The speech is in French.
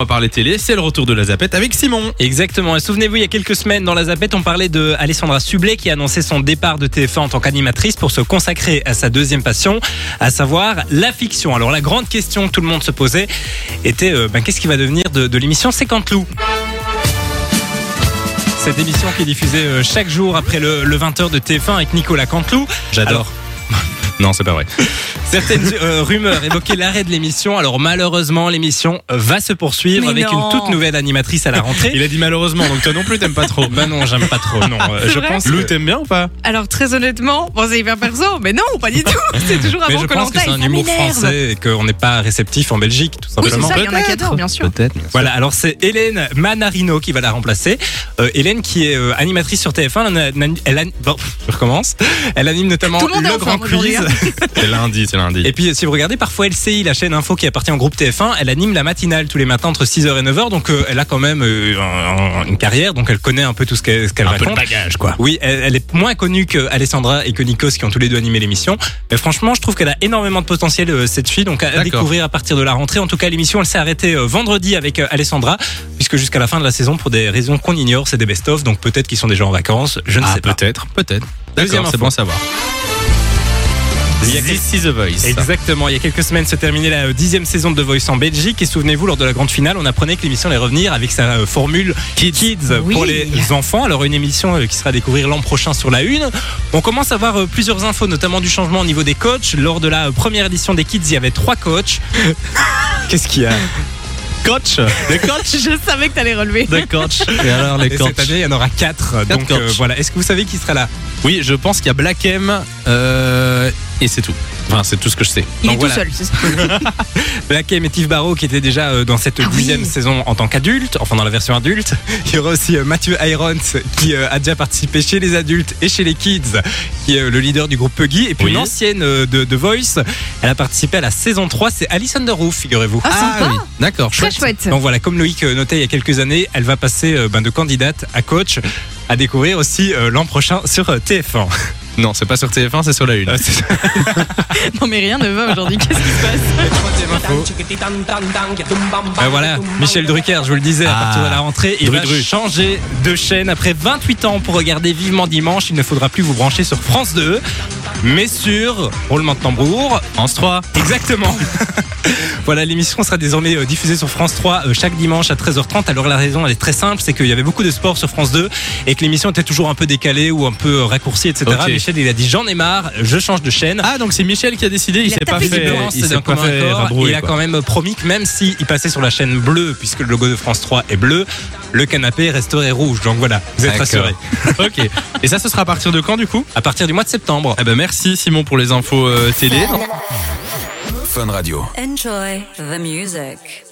On va parler télé, c'est le retour de la zapette avec Simon. Exactement. Et souvenez-vous, il y a quelques semaines, dans la Zapette, on parlait de Alessandra Sublet qui a annoncé son départ de TF1 en tant qu'animatrice pour se consacrer à sa deuxième passion, à savoir la fiction. Alors, la grande question que tout le monde se posait était euh, ben, qu'est-ce qui va devenir de, de l'émission C'est Canteloup cette émission qui est diffusée euh, chaque jour après le, 20h de TF1 avec Nicolas Canteloup. Alors, J'adore. Ah, non, c'est pas vrai. Certaines euh, rumeurs évoquaient l'arrêt de l'émission. Alors malheureusement, l'émission euh, va se poursuivre Mais avec non. une toute nouvelle animatrice à la rentrée. Il a dit malheureusement, donc toi non plus t'aimes pas trop. Bah non, j'aime pas trop. Non, Euh, je vrai pense. Lou, que- t'aimes bien ou pas Alors très honnêtement, bon c'est hyper perso, mais non, pas du tout. C'est toujours Mais avant je que pense que c'est un humour français et qu'on n'est pas réceptif en Belgique, tout Oui, c'est simplement. ça, il y en a qui Peut-être. adorent, bien sûr. Peut-être. Voilà, alors c'est Hélène Manarino qui va la remplacer. Euh, Hélène qui est euh, animatrice sur TF1, elle, an- elle, an- bon, je recommence. Elle anime notamment Tout le monde est en Grand forme aujourd'hui, Quiz. hein. C'est lundi, c'est lundi. Et puis si vous regardez parfois LCI, la chaîne info qui appartient au groupe TF1, elle anime la matinale tous les matins entre 6h et 9h, donc euh, elle a quand même euh, un- un- une carrière, donc elle connaît un peu tout ce qu'elle ce qu'elle raconte. bagage, quoi. Oui, elle, elle est moins connue que Alessandra et que Nikos qui ont tous les deux animé l'émission. Mais franchement, je trouve qu'elle a énormément de potentiel euh, cette fille, donc à, à D'accord. découvrir à partir de la rentrée. En tout cas, l'émission elle s'est arrêtée euh, vendredi avec euh, Alessandra, puisque jusqu'à la fin de la saison, pour des raisons qu'on ignore, c'est des best-of, donc peut-être qu'ils sont déjà en vacances. Je ne Ah, sais pas. peut-être, peut-être. Deuxième D'accord, c'est info. bon à savoir. Il y a This is the voice. Exactement. Il y a quelques semaines se terminait la euh, dixième saison de The Voice en Belgique. Et souvenez-vous, lors de la grande finale, on apprenait que l'émission allait revenir avec sa euh, formule Kids, Oui. pour les enfants. Alors, une émission euh, qui sera à découvrir l'an prochain sur la Une. On commence à avoir euh, plusieurs infos, notamment du changement au niveau des coachs. Lors de la euh, première édition des Kids, il y avait trois coachs. Qu'est-ce qu'il y a Coach Les coachs Je savais que t'allais relever. Les coachs. Et alors, les Et Cette année, il y en aura quatre. Quatre Donc, euh, coachs. voilà. Est-ce que vous savez qui sera là Oui, je pense qu'il y a Black M, euh, et c'est tout. Enfin, c'est tout ce que je sais. Il Donc est voilà. tout seul. c'est ça. Black M et Yves Barrault qui était déjà euh, dans cette Ah oui. dixième saison en tant qu'adulte, enfin dans la version adulte. Il y aura aussi euh, Mathieu Irons qui euh, a déjà participé chez les adultes et chez les kids, qui est euh, le leader du groupe Puggy. Et puis Oui. une ancienne euh, de, de Voice, elle a participé à la saison 3, c'est Alison Deroux, figurez-vous. Ah, sympa. oui, d'accord, Très chouette. chouette. Donc voilà, comme Loïc euh, notait il y a quelques années, elle va passer euh, ben, de candidate à coach à découvrir aussi euh, l'an prochain sur euh, TF1. Non, c'est pas sur TF1, Ah, c'est sur la une. Non mais rien ne va aujourd'hui. Qu'est-ce qui se passe Troisième info. Ben Ben voilà, Michel Drucker, je vous le disais, à Ah. partir de la rentrée, il va Dru-dru. changer de chaîne. Après 28 ans pour regarder Vivement Dimanche, il ne faudra plus vous brancher sur France 2, mais sur Roulement de tambour. France 3. Exactement. voilà, l'émission sera désormais euh, diffusée sur France 3 euh, chaque dimanche à 13h30. Alors la raison, elle est très simple, c'est qu'il y avait beaucoup de sports sur France 2 et que l'émission était toujours un peu décalée ou un peu euh, raccourcie, etc. Ok. Michel, il a dit j'en ai marre, je change de chaîne. Ah, donc c'est Michel qui a décidé, il Il a s'est pas tapé du fait. blanc, Il C'est s'est d'un pas commun fait accord. rabrouer, il a quoi. quand même promis que même s'il passait sur la chaîne bleue, puisque le logo de France 3 est bleu, le canapé resterait rouge. Donc voilà, vous êtes D'accord. rassurés. ok. Et ça, ce sera à partir de quand du coup À partir du mois de septembre. Eh ben merci Simon pour les infos euh, télé. Enjoy the music.